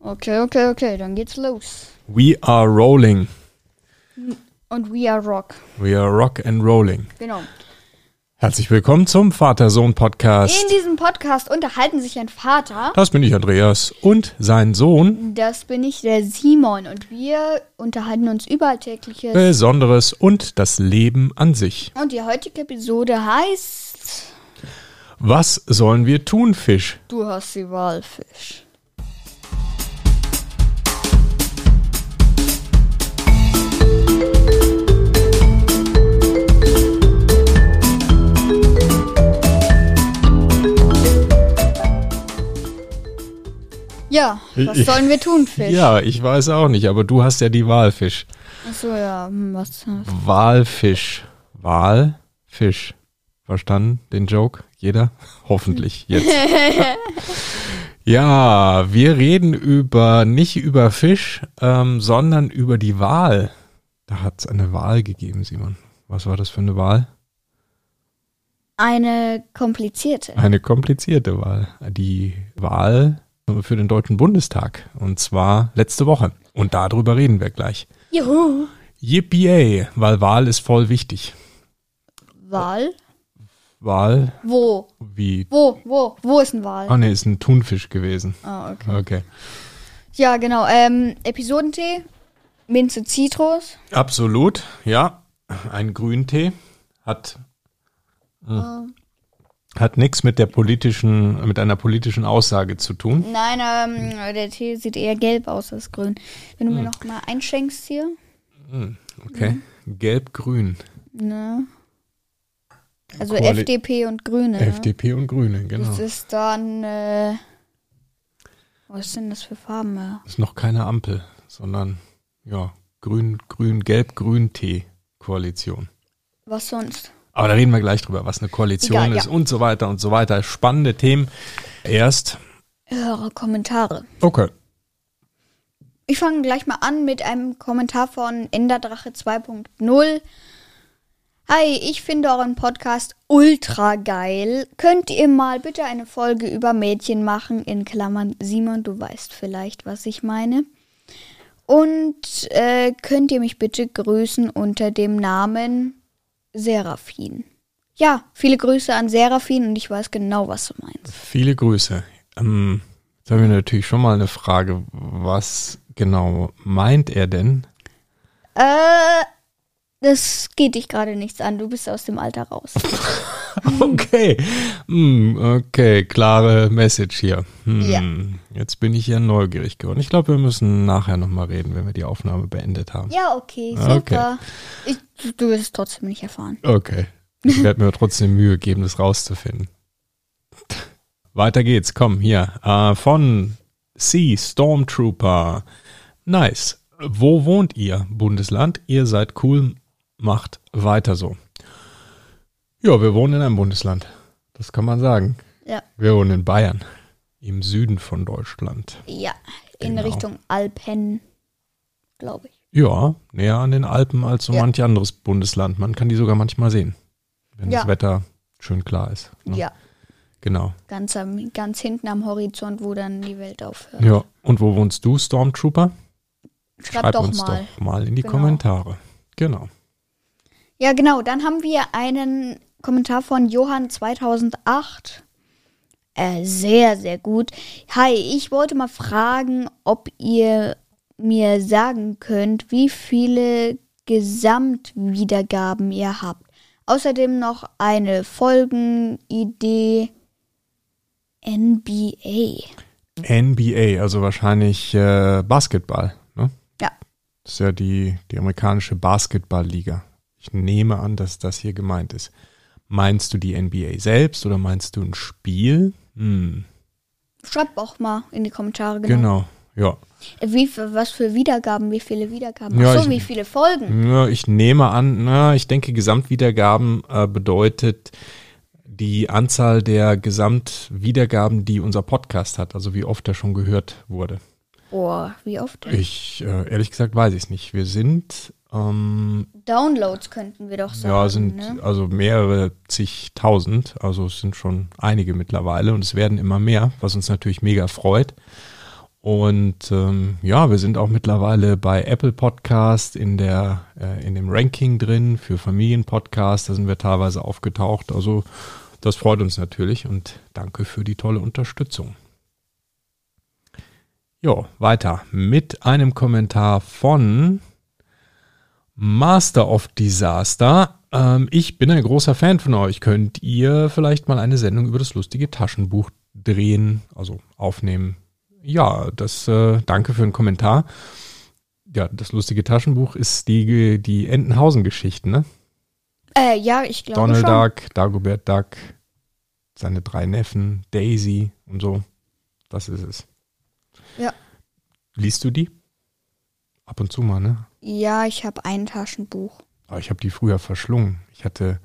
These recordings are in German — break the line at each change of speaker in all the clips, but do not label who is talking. Okay, okay, okay, dann geht's los.
We are rolling.
Und We Are Rock.
We are rock and rolling.
Genau.
Herzlich willkommen zum
In
Vater-Sohn-Podcast.
diesem Podcast unterhalten sich ein Vater.
Das bin ich, Andreas. Und sein Sohn.
Das bin ich, der Simon. Und wir unterhalten uns über Alltägliches.
Äh. Besonderes und das Leben an sich.
Und die heutige Episode heißt.
Was sollen wir tun, Fisch?
Du hast die Walfisch. Ja, was sollen wir tun, Fisch?
Ja, ich weiß auch nicht, aber du hast ja die Walfisch.
Achso, ja, hm, was?
Walfisch. Walfisch. Verstanden den Joke? Jeder? Hoffentlich jetzt. ja, wir reden über nicht über Fisch, ähm, sondern über die Wahl. Da hat es eine Wahl gegeben, Simon. Was war das für eine Wahl?
Eine komplizierte.
Eine komplizierte Wahl. Die Wahl für den Deutschen Bundestag. Und zwar letzte Woche. Und darüber reden wir gleich.
Juhu.
Yippee, weil Wahl ist voll wichtig.
Wal?
Wahl
Wo?
wie.
Wo? Wo? Wo ist ein Wal?
Ah, ne, ist ein Thunfisch gewesen.
Ah, okay.
Okay.
Ja, genau. Ähm, Episodentee, Minze Zitrus.
Absolut, ja. Ein Grüntee hat, hm,
Ah.
hat nichts mit der politischen, mit einer politischen Aussage zu tun.
Nein, ähm, der Tee sieht eher gelb aus als grün. Wenn du mir noch mal einschenkst hier. Mhm.
Okay. Gelb-Grün.
Ne? Also
Koali-
FDP und Grüne. ne?
FDP und Grüne,
Das
genau.
ist dann, äh, was sind das für Farben? äh, ja?
Ist noch keine Ampel, sondern ja, Grün, Grün, Gelb-Grün-Tee-Koalition.
Was sonst?
Aber da reden wir gleich drüber, was eine Koalition
Egal, ja.
ist und so weiter und so weiter. Spannende Themen. Erst.
Höhere Kommentare.
Okay.
Ich fange gleich mal an mit einem Kommentar von Enderdrache 2.0. Hi, ich finde euren Podcast ultra geil. Könnt ihr mal bitte eine Folge über Mädchen machen? In Klammern Simon, du weißt vielleicht, was ich meine. Und äh, könnt ihr mich bitte grüßen unter dem Namen Seraphin? Ja, viele Grüße an Seraphin und ich weiß genau, was du meinst.
Viele Grüße. Ähm, jetzt haben wir natürlich schon mal eine Frage. Was genau meint er denn?
Äh, das geht dich gerade nichts an. Du bist aus dem Alter raus.
Okay. Hm, okay, klare Message hier. Hm,
Ja.
Jetzt bin ich ja neugierig geworden. Ich glaube, wir müssen nachher nochmal reden, wenn wir die Aufnahme beendet haben.
Ja, okay,
Ah,
super. Ich, du wirst es trotzdem nicht erfahren.
Okay. Ich werde mir trotzdem Mühe geben, das rauszufinden. Weiter geht's, komm, hier. Äh, von Sea Stormtrooper. Nice. Wo wohnt ihr, Bundesland? Ihr seid cool, macht weiter so. Ja, wir wohnen in einem Bundesland. Das kann man sagen.
Ja,
Wir wohnen in Bayern, im Süden von Deutschland.
ja. In
Genau.
Richtung Alpen, glaube ich.
Ja, näher an den Alpen als so
Ja.
manch anderes Bundesland. Man kann die sogar manchmal sehen, wenn
Ja.
das Wetter schön klar ist. ne?
Ja,
Genau.
ganz, am, ganz hinten am Horizont, wo dann die Welt aufhört.
Ja, und wo wohnst du, Stormtrooper?
Schreib,
Schreib
doch
uns
mal.
doch mal in die
Genau.
Kommentare. Genau.
Ja, genau. Dann haben wir einen Kommentar von Johann 2008. Äh, sehr, sehr gut. Hi, ich wollte mal fragen, ob ihr mir sagen könnt, wie viele Gesamtwiedergaben ihr habt. Außerdem noch eine Folgenidee NBA.
NBA, also wahrscheinlich äh, Basketball. Ne?
Ja.
Das ist ja die, die amerikanische Basketballliga. Ich nehme an, dass das hier gemeint ist. Meinst du die NBA selbst oder meinst du ein Spiel? Hm,
Schreibt auch mal in die Kommentare genau.
genau. Ja.
Wie, viel- was für Wiedergaben, wie viele Wiedergaben.
Ja,
Ach
ich-
so, wie viele Folgen.
Ja, ich nehme an, na, ich denke, Gesamtwiedergaben äh, bedeutet die Anzahl der Gesamtwiedergaben, die unser Podcast hat, also wie oft er schon gehört wurde.
Boah, wie oft? denn?
Ich, äh, ehrlich gesagt, weiß ich es nicht. Wir sind, ähm,
Downloads könnten wir doch sagen.
ja, sind
Ne?
also mehrere zigtausend, also es sind schon einige mittlerweile und es werden immer mehr, was uns natürlich mega freut. Und ähm, ja, wir sind auch mittlerweile bei Apple Podcast in der äh, in dem Ranking drin für Familienpodcast. Da sind wir teilweise aufgetaucht. Also das freut uns natürlich und danke für die tolle Unterstützung. Jo, weiter mit einem Kommentar von Master of Disaster. Ähm, ich bin ein großer Fan von euch. Könnt ihr vielleicht mal eine Sendung über das lustige Taschenbuch drehen, also aufnehmen? ja, das äh, danke für den Kommentar. Ja, das lustige Taschenbuch ist die, die Entenhausen-Geschichten, ne?
Äh, ja, ich glaube
Donald
schon.
Duck, Dagobert Duck, seine drei Neffen, Daisy und so. Das ist es.
Ja.
Liest du die? Ab und zu mal, ne?
Ja, ich habe ein Taschenbuch.
Aber ich habe die früher verschlungen. Ich hatte,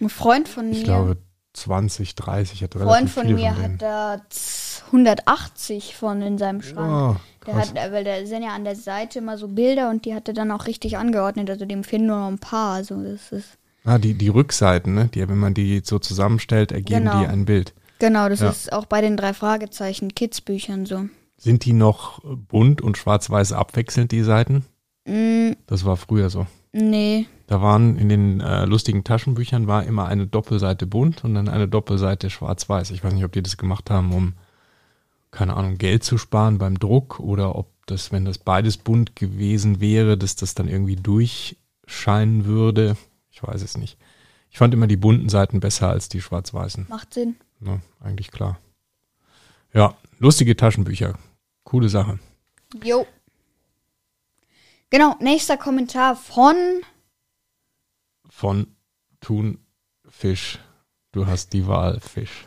Ein Freund von mir,
ich glaube, 20, 30. Ich hatte
Freund
relativ
von
viele
mir
von denen.
hat da z- 180 von in seinem Schrank.
Oh,
Der
krass.
hat, äh, weil da sind ja an der Seite immer so Bilder und die hat er dann auch richtig angeordnet. Also dem fehlen nur noch ein paar. Also das ist
ah, die, die Rückseiten, ne? Die, wenn man die so zusammenstellt, ergeben
Genau.
die ein Bild.
genau, das
Ja.
ist auch bei den drei Fragezeichen Kids Büchern so.
Sind die noch bunt und schwarz-weiß abwechselnd, die Seiten?
Mm,
Das war früher so.
nee,
Da waren in den äh, lustigen Taschenbüchern war immer eine Doppelseite bunt und dann eine Doppelseite schwarz-weiß. Ich weiß nicht, ob die das gemacht haben, um, keine Ahnung, Geld zu sparen beim Druck oder ob das, wenn das beides bunt gewesen wäre, dass das dann irgendwie durchscheinen würde. Ich weiß es nicht. Ich fand immer die bunten Seiten besser als die schwarz-weißen.
macht Sinn.
Ne, eigentlich klar. Ja, lustige Taschenbücher. Coole Sache.
Jo. Genau, nächster Kommentar von
von Thunfisch. Du hast die Wahl, Fisch.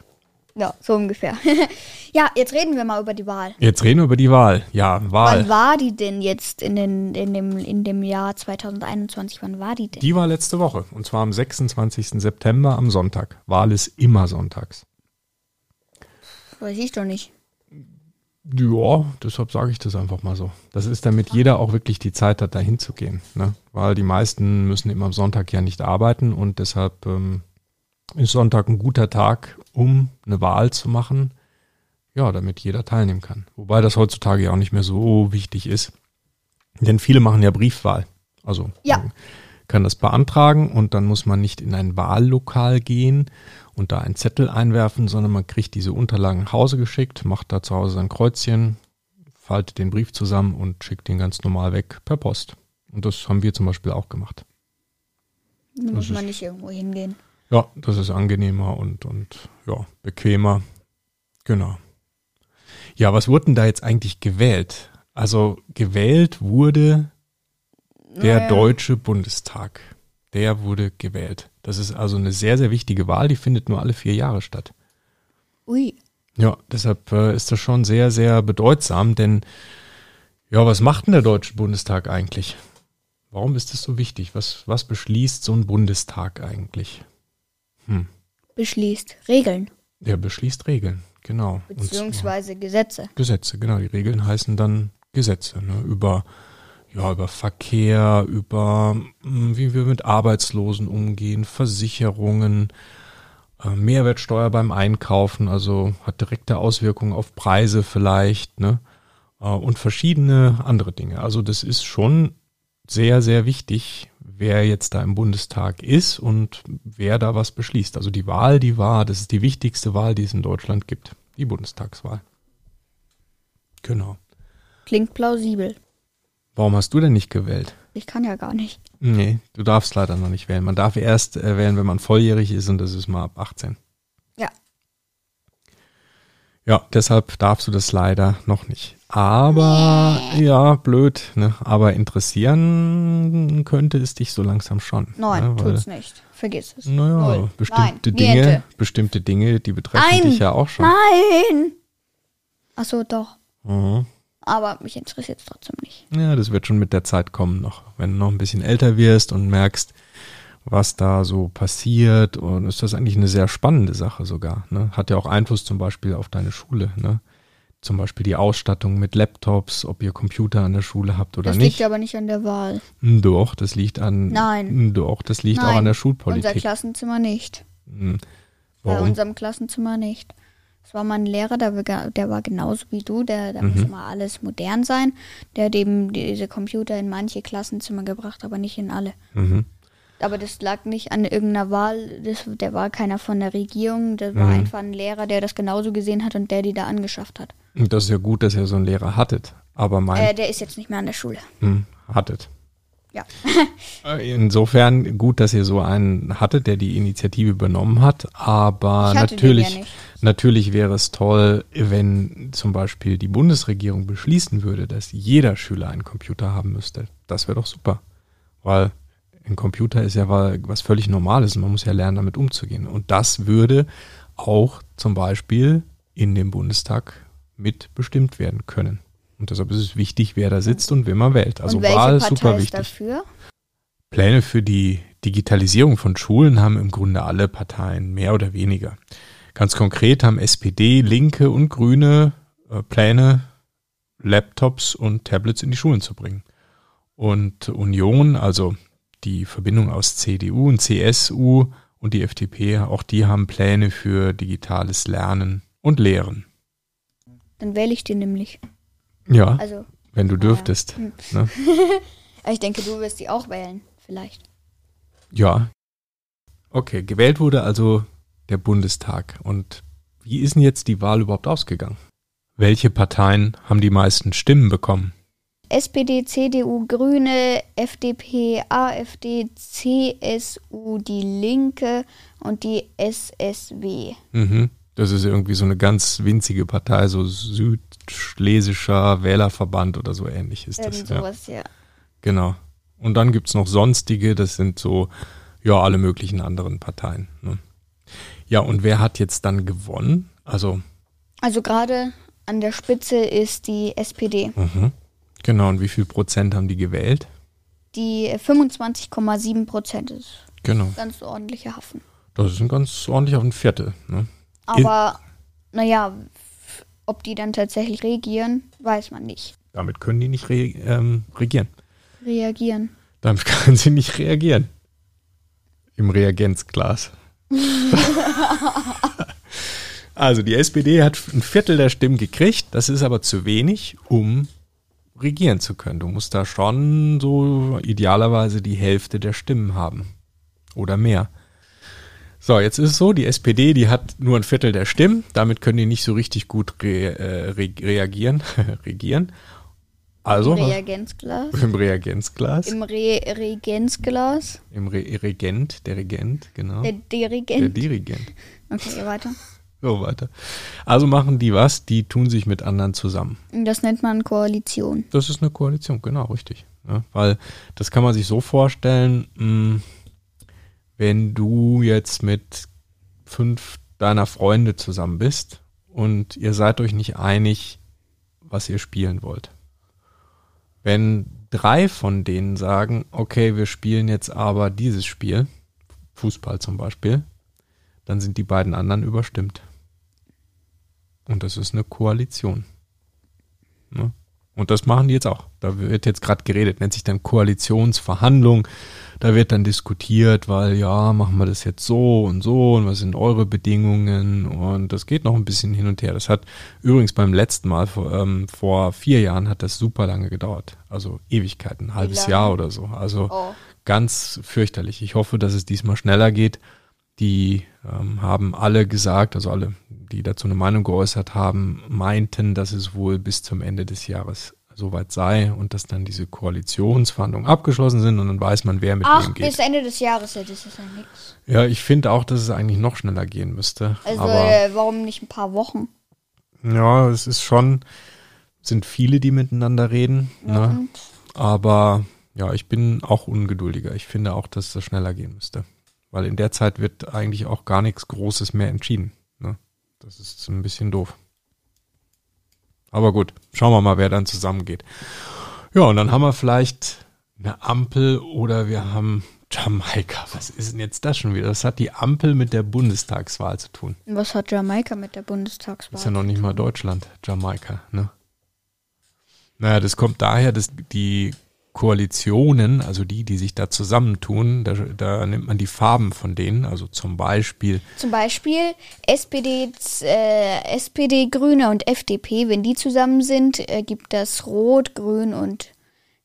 ja, so ungefähr. ja, jetzt reden wir mal über die Wahl.
Jetzt reden wir über die Wahl. Ja, Wahl.
Wann war die denn jetzt in, den, in, dem, in dem Jahr 2021? Wann war die denn?
Die war letzte Woche und zwar am 26. September am Sonntag. Wahl ist immer sonntags.
Weiß ich doch nicht.
Ja, deshalb sage ich das einfach mal so. Das ist, damit jeder auch wirklich die Zeit hat, da hinzugehen. Ne? Weil die meisten müssen immer am Sonntag ja nicht arbeiten und deshalb ähm, ist Sonntag ein guter Tag, um eine Wahl zu machen. Ja, damit jeder teilnehmen kann. Wobei das heutzutage ja auch nicht mehr so wichtig ist. Denn viele machen ja Briefwahl. Also
Ja.
man kann das beantragen und dann muss man nicht in ein Wahllokal gehen und da einen Zettel einwerfen, sondern man kriegt diese Unterlagen nach Hause geschickt, macht da zu Hause sein Kreuzchen, faltet den Brief zusammen und schickt den ganz normal weg per Post. Und das haben wir zum Beispiel auch gemacht.
Da muss
ist-
man nicht irgendwo hingehen.
Ja, das ist angenehmer und, und ja, bequemer. Genau. Ja, was wurde denn da jetzt eigentlich gewählt? Also gewählt wurde der
Naja.
Deutsche Bundestag. Der wurde gewählt. Das ist also eine sehr, sehr wichtige Wahl, die findet nur alle vier Jahre statt.
Ui.
Ja, deshalb äh, ist das schon sehr, sehr bedeutsam, denn ja, was macht denn der Deutsche Bundestag eigentlich? Warum ist das so wichtig? Was, was beschließt so ein Bundestag eigentlich?
Beschließt Regeln.
Der beschließt Regeln, genau. Und
Beziehungsweise Gesetze.
Gesetze, genau. Die Regeln heißen dann Gesetze, ne? Über, ja, über Verkehr, über mh, wie wir mit Arbeitslosen umgehen, Versicherungen, äh, Mehrwertsteuer beim Einkaufen, also hat direkte Auswirkungen auf Preise vielleicht, ne? Äh, Und verschiedene andere Dinge. Also das ist schon sehr, sehr wichtig, wer jetzt da im Bundestag ist und wer da was beschließt. Also die Wahl, die war, das ist die wichtigste Wahl, die es in Deutschland gibt, die Bundestagswahl. Genau.
Klingt plausibel.
Warum hast du denn nicht gewählt?
Ich kann ja gar nicht.
Nee, du darfst leider noch nicht wählen. Man darf erst äh, wählen, wenn man volljährig ist und das ist mal ab 18.
Ja.
Ja, deshalb darfst du das leider noch nicht. Aber, ja, blöd, ne? aber interessieren könnte es dich so langsam schon.
Nein,
ne? Weil- Hm,
tut's nicht. Vergiss es.
Naja,
Null.
bestimmte
Nein,
Dinge,
niente.
bestimmte Dinge, die betreffen
Nein.
dich ja auch schon.
Nein! Achso, doch.
Mhm.
Aber mich interessiert es trotzdem nicht.
Ja, das wird schon mit der Zeit kommen noch. Wenn du noch ein bisschen älter wirst und merkst, was da so passiert, und ist das eigentlich eine sehr spannende Sache sogar. Ne? Hat ja auch Einfluss zum Beispiel auf deine Schule. Ne? Zum Beispiel die Ausstattung mit Laptops, ob ihr Computer an der Schule habt oder
das
nicht.
liegt aber nicht an der Wahl.
Hm, Doch, das liegt an.
Nein.
Hm, Doch, das liegt auch
Nein,
an der
Unser
Schulpolitik.
Klassenzimmer nicht.
Hm.
Bei
Warum?
unserem Klassenzimmer nicht. Das war mein Lehrer, der, war ge- der war genauso wie du, der, der
Mhm.
muss immer alles modern sein. Der hat eben diese Computer in manche Klassenzimmer gebracht, aber nicht in alle.
Mhm.
Aber das lag nicht an irgendeiner Wahl, das, der war keiner von der Regierung, das
Mhm.
war einfach ein Lehrer, der das genauso gesehen hat und der die da angeschafft hat.
Und Das ist ja gut, dass ihr so einen Lehrer hattet. Aber mein
Äh, der ist jetzt nicht mehr an der Schule.
Hm, hattet.
Ja.
Äh, Insofern gut, dass ihr so einen hattet, der die Initiative übernommen hat, aber
Ich hatte den
natürlich,
ja nicht.
natürlich wäre es toll, wenn zum Beispiel die Bundesregierung beschließen würde, dass jeder Schüler einen Computer haben müsste. Das wäre doch super, weil ein Computer ist ja wa- was völlig Normales und man muss ja lernen, damit umzugehen. Und das würde auch zum Beispiel in dem Bundestag mitbestimmt werden können. Und deshalb ist es wichtig, wer da sitzt und wen man wählt. Also
und welche
Wahl ist
Partei
super
ist
wichtig.
dafür?
Pläne für die Digitalisierung von Schulen haben im Grunde alle Parteien, mehr oder weniger. Ganz konkret haben SPD, Linke und Grüne äh, Pläne, Laptops und Tablets in die Schulen zu bringen. Und Union, also die Verbindung aus CDU und CSU und die FDP, auch die haben Pläne für digitales Lernen und Lehren.
Dann wähle ich die nämlich.
Ja,
Also,
wenn du dürftest. Ne?
ich denke, du wirst die auch wählen, vielleicht.
Ja. Okay, gewählt wurde also der Bundestag. Und wie ist denn jetzt die Wahl überhaupt ausgegangen? Welche Parteien haben die meisten Stimmen bekommen?
SPD, CDU, Grüne, FDP, AfD, CSU, die Linke und die SSW.
Mhm. Das ist irgendwie so eine ganz winzige Partei, so Südschlesischer Wählerverband oder so ähnlich ist das.
Irgend
Ja,
Ähm, sowas, ja.
genau. Und dann gibt's noch sonstige, das sind so, ja, alle möglichen anderen Parteien. Ne? Ja, und wer hat jetzt dann gewonnen? Also,
Also gerade an der Spitze ist die SPD,
mhm. genau, und wie viel Prozent haben die gewählt?
die 25,7 Prozent ist.
Genau.
Ganz ordentlicher Hafen.
Das ist ein ganz ordentlicher ein Viertel. Ne?
Aber naja, f- ob die dann tatsächlich regieren, weiß man nicht.
Damit können die nicht re ähm, regieren.
Reagieren.
Damit können sie nicht reagieren. Im Reagenzglas. also die SPD hat ein Viertel der Stimmen gekriegt. Das ist aber zu wenig, um regieren zu können. Du musst da schon so idealerweise die Hälfte der Stimmen haben. Oder mehr. So, jetzt ist es so, die SPD, die hat nur ein Viertel der Stimmen. Damit können die nicht so richtig gut re äh, re reagieren. regieren. Also
Reagenzglas.
im Reagenzglas.
Im Re Reagenzglas.
Im Re Regent, der Regent, genau.
Der
Der,
Dirigent.
Dirigent.
okay, weiter.
So weiter. Also machen die was, die tun sich mit anderen zusammen.
Das nennt man Koalition.
Das ist eine Koalition, genau, richtig. Ja, weil das kann man sich so vorstellen, mh, wenn du jetzt mit fünf deiner Freunde zusammen bist und ihr seid euch nicht einig, was ihr spielen wollt. Wenn drei von denen sagen, okay, wir spielen jetzt aber dieses Spiel, Fußball zum Beispiel, dann sind die beiden anderen überstimmt. Und das ist eine Koalition. Ne? Und das machen die jetzt auch. Da wird jetzt gerade geredet, nennt sich dann Koalitionsverhandlung. Da wird dann diskutiert, weil ja, machen wir das jetzt so und so und was sind eure Bedingungen und das geht noch ein bisschen hin und her. Das hat übrigens beim letzten Mal vor, ähm, vor vier Jahren hat das super lange gedauert. Also Ewigkeiten, ein halbes
lange?
Jahr oder so. Also
Oh.
ganz fürchterlich. Ich hoffe, dass es diesmal schneller geht. Die ähm, haben alle gesagt, also alle, die dazu eine Meinung geäußert haben, meinten, dass es wohl bis zum Ende des Jahres soweit sei und dass dann diese Koalitionsverhandlungen abgeschlossen sind und dann weiß man, wer mit
Ach,
wem geht.
bis Ende des Jahres, ja, das ist ja nichts.
Ja, ich finde auch, dass es eigentlich noch schneller gehen müsste.
Also,
aber
äh, warum nicht ein paar Wochen?
ja, es ist schon, sind viele, die miteinander reden. Ne? Aber ja, ich bin auch ungeduldiger. Ich finde auch, dass das schneller gehen müsste. Weil in der Zeit wird eigentlich auch gar nichts Großes mehr entschieden. Ne? Das ist ein bisschen doof. Aber gut, schauen wir mal, wer dann zusammengeht. Ja, und dann haben wir vielleicht eine Ampel oder wir haben Jamaika. Was ist denn jetzt das schon wieder? Das hat die Ampel mit der Bundestagswahl zu tun.
Was hat Jamaika mit der
Ist ja
Bundestagswahl?
noch nicht mal Deutschland, Jamaika, ne? Naja, das kommt daher, dass die Koalitionen, also die, die sich da zusammentun, da, da nimmt man die Farben von denen, also zum Beispiel
Zum Beispiel SPD, äh, SPD, Grüne und FDP, wenn die zusammen sind, äh, gibt das Rot, Grün und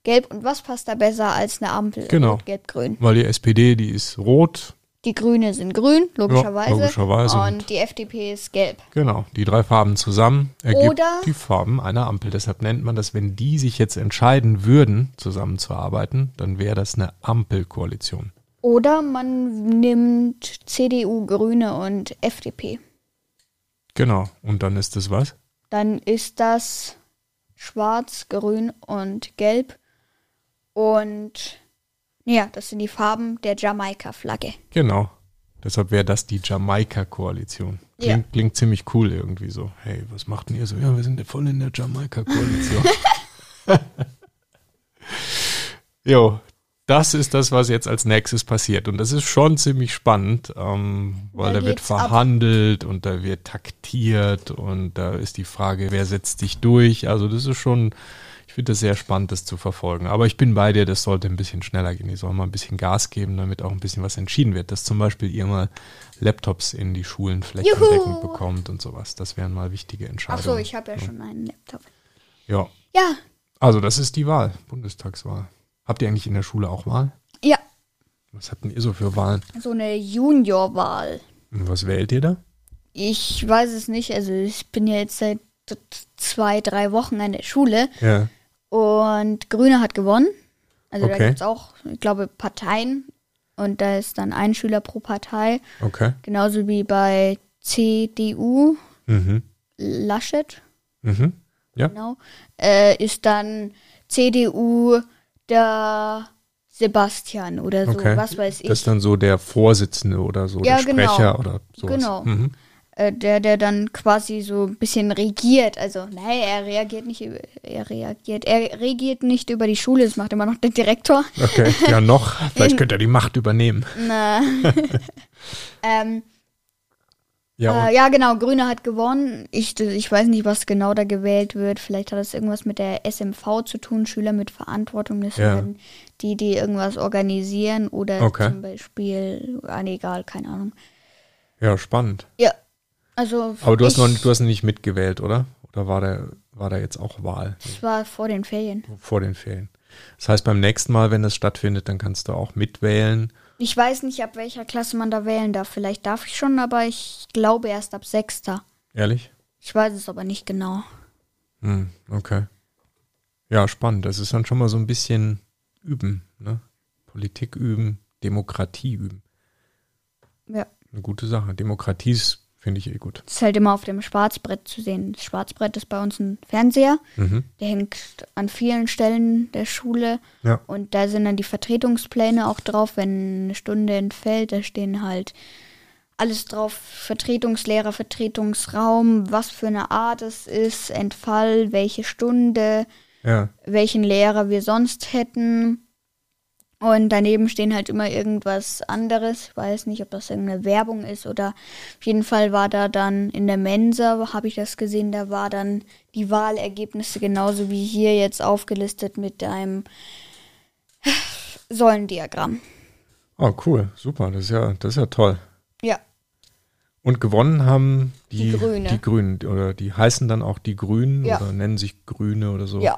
Gelb. Und was passt da besser als eine Ampel?
Genau.
Rot, Gelb, Grün.
Weil die SPD, die ist rot.
Die Grüne sind grün, logischerweise.
logischerweise.
Und die FDP ist gelb.
Genau, die drei Farben zusammen ergibt
Oder-
die Farben einer Ampel. Deshalb nennt man das, wenn die sich jetzt entscheiden würden, zusammenzuarbeiten, dann wäre das eine Ampelkoalition.
Oder man nimmt CDU, Grüne und FDP.
Genau, und dann ist das was?
Dann ist das schwarz, grün und gelb. Und ja, das sind die Farben der Jamaika-Flagge.
Genau. Deshalb wäre das die Jamaika-Koalition.
Ja.
Klingt, klingt ziemlich cool irgendwie so. Hey, was macht denn ihr so? Ja, wir sind voll in der Jamaika-Koalition. jo, das ist das, was jetzt als nächstes passiert. Und das ist schon ziemlich spannend, ähm, weil
Da
da, wird
geht's ab.
verhandelt und da wird taktiert und da ist die Frage, wer setzt dich durch? Also das ist schon, ich finde das sehr spannend, das zu verfolgen. Aber ich bin bei dir, das sollte ein bisschen schneller gehen. Die sollen mal ein bisschen Gas geben, damit auch ein bisschen was entschieden wird. Dass zum Beispiel ihr mal Laptops in die Schulen flächendeckend
Juhu!
bekommt und sowas. Das wären mal wichtige Entscheidungen.
Ach so, ich habe ja schon einen Laptop.
Ja,
Ja,
also das ist die Wahl, Bundestagswahl. Habt ihr eigentlich in der Schule auch Wahl?
ja,
Was habt denn ihr so für Wahlen?
so eine Juniorwahl.
Und was wählt ihr da?
Ich weiß es nicht, also ich bin ja jetzt seit t- t- zwei, drei Wochen an der Schule
Ja.
und Grüne hat gewonnen. Also da
Okay.
gibt es auch, ich glaube, Parteien und da ist dann ein Schüler pro Partei,
Okay.
genauso wie bei CDU,
Mhm.
Laschet,
Mhm. Ja.
genau, äh, ist dann CDU der Sebastian oder so,
Okay.
was weiß ich.
Das ist dann so der Vorsitzende oder so,
Ja,
der
genau.
Sprecher oder sowas.
Genau.
Mhm.
äh, der, der dann quasi so ein bisschen regiert. Also, nein, er reagiert nicht, über- er reagiert, er regiert nicht über die Schule, das macht immer noch der Direktor.
Okay, ja noch. Vielleicht könnte er die Macht übernehmen.
Na. ähm,
Ja,
äh, ja, genau, Grüne hat gewonnen. Ich, ich weiß nicht, was genau da gewählt wird. Vielleicht hat das irgendwas mit der SMV zu tun, Schüler mit Verantwortung. Das
Ja.
werden die, die irgendwas organisieren oder
Okay.
zum Beispiel, ah, nee, egal, keine Ahnung.
und, ja spannend.
Ja, also.
Aber du hast
ich-
noch du hast nicht mitgewählt, oder? Oder war da, war da jetzt auch Wahl
Das war vor den Ferien.
vor den Ferien? Das heißt, beim nächsten Mal, wenn das stattfindet, dann kannst du auch mitwählen.
Ich weiß nicht, ab welcher Klasse man da wählen darf. Vielleicht darf ich schon, aber ich glaube erst ab Sechster.
Ehrlich?
Ich weiß es aber nicht genau.
Hm, okay. Ja, spannend. Das ist dann schon mal so ein bisschen üben, ne? Politik üben, Demokratie üben.
Ja.
Eine gute Sache. Demokratie ist, finde ich eh gut.
Das ist halt immer auf dem Schwarzbrett zu sehen. Das Schwarzbrett ist bei uns ein Fernseher.
Mhm.
Der hängt an vielen Stellen der Schule.
Ja.
Und da sind dann die Vertretungspläne auch drauf. Wenn eine Stunde entfällt, da stehen halt alles drauf. Vertretungslehrer, Vertretungsraum, was für eine Art es ist, Entfall, welche Stunde.
Ja.
welchen Lehrer wir sonst hätten. Und daneben stehen halt immer irgendwas anderes. Ich weiß nicht, ob das irgendeine Werbung ist oder auf jeden Fall war da dann in der Mensa, habe ich das gesehen, da war dann die Wahlergebnisse genauso wie hier jetzt aufgelistet mit einem Säulendiagramm.
Oh, cool. Super. Das ist ja, das ist ja toll.
Ja,
Und gewonnen haben die,
Die Grüne.
die Grünen. Oder die heißen dann auch die Grünen
Ja.
oder nennen sich Grüne oder so.
ja.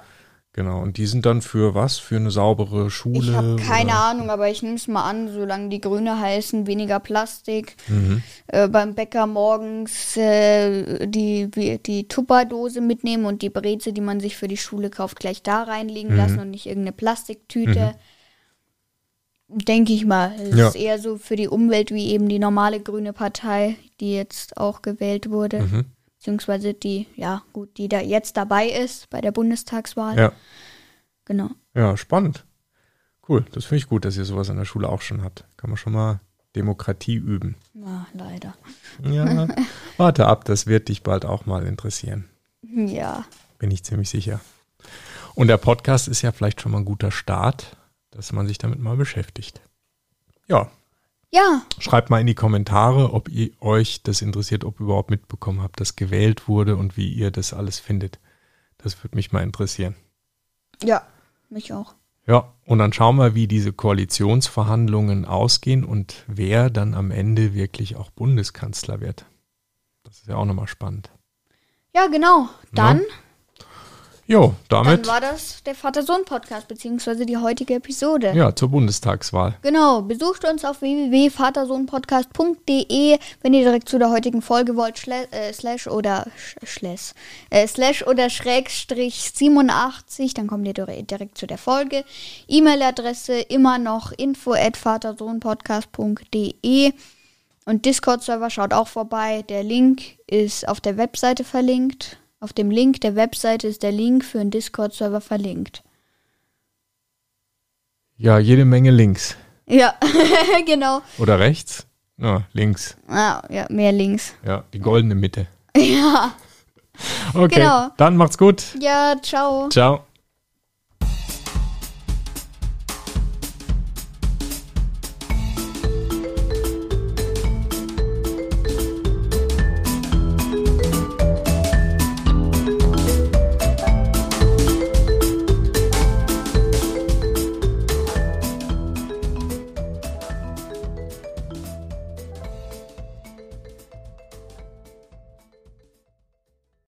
Genau. Und die sind dann für was? Für eine saubere
Ich
Schule?
habe keine
oder?
Ahnung, aber ich nehme es mal an, solange die Grüne heißen, weniger Plastik.
Mhm.
äh, beim Bäcker morgens äh, die, wie- die Tupperdose mitnehmen und die Breze, die man sich für die Schule kauft, gleich da reinlegen
Mhm.
lassen und nicht irgendeine Plastiktüte. Denke ich mal. Es
Mhm. Ja.
ist eher so für die Umwelt wie eben die normale grüne Partei, die jetzt auch gewählt wurde.
Mhm.
Beziehungsweise die, ja, gut, die da jetzt dabei ist bei der Bundestagswahl.
Ja.
Genau.
Ja, spannend. Cool. Das finde ich gut, dass ihr sowas an der Schule auch schon habt. Kann man schon mal Demokratie üben.
Ah, leider.
Ja. Warte ab, das wird dich bald auch mal interessieren.
Ja.
Bin ich ziemlich sicher. Und der Podcast ist ja vielleicht schon mal ein guter Start, dass man sich damit mal beschäftigt. Ja,
Ja,
schreibt mal in die Kommentare, ob ihr euch das interessiert, ob ihr überhaupt mitbekommen habt, dass gewählt wurde und wie ihr das alles findet. Das würde mich mal interessieren.
ja. Mich auch.
Ja, und dann schauen wir, wie diese Koalitionsverhandlungen ausgehen und wer dann am Ende wirklich auch Bundeskanzler wird. Das ist ja auch nochmal spannend.
Ja, genau. Dann,
Jo, damit
dann war das der Vater-Sohn-Podcast, beziehungsweise die heutige Episode.
ja zur Bundestagswahl.
Genau, besucht uns auf www.vatersohnpodcast.de, wenn ihr direkt zu der heutigen Folge wollt, schle- äh, slash oder sch- schles, äh, slash oder schrägstrich 87, dann kommt ihr dire- direkt zu der Folge. E-Mail-Adresse immer noch info at vatersohnpodcast.de und Discord-Server schaut auch vorbei. Der Link ist auf der Webseite verlinkt. Auf dem Link der Webseite ist der Link für einen Discord-Server verlinkt.
Ja, jede Menge links.
Ja, genau.
Oder rechts? Ja, links.
Ah, ja, mehr Links.
Ja, die goldene Mitte. Ja. Okay,
Genau.
dann macht's gut.
Ja, ciao.
Ciao.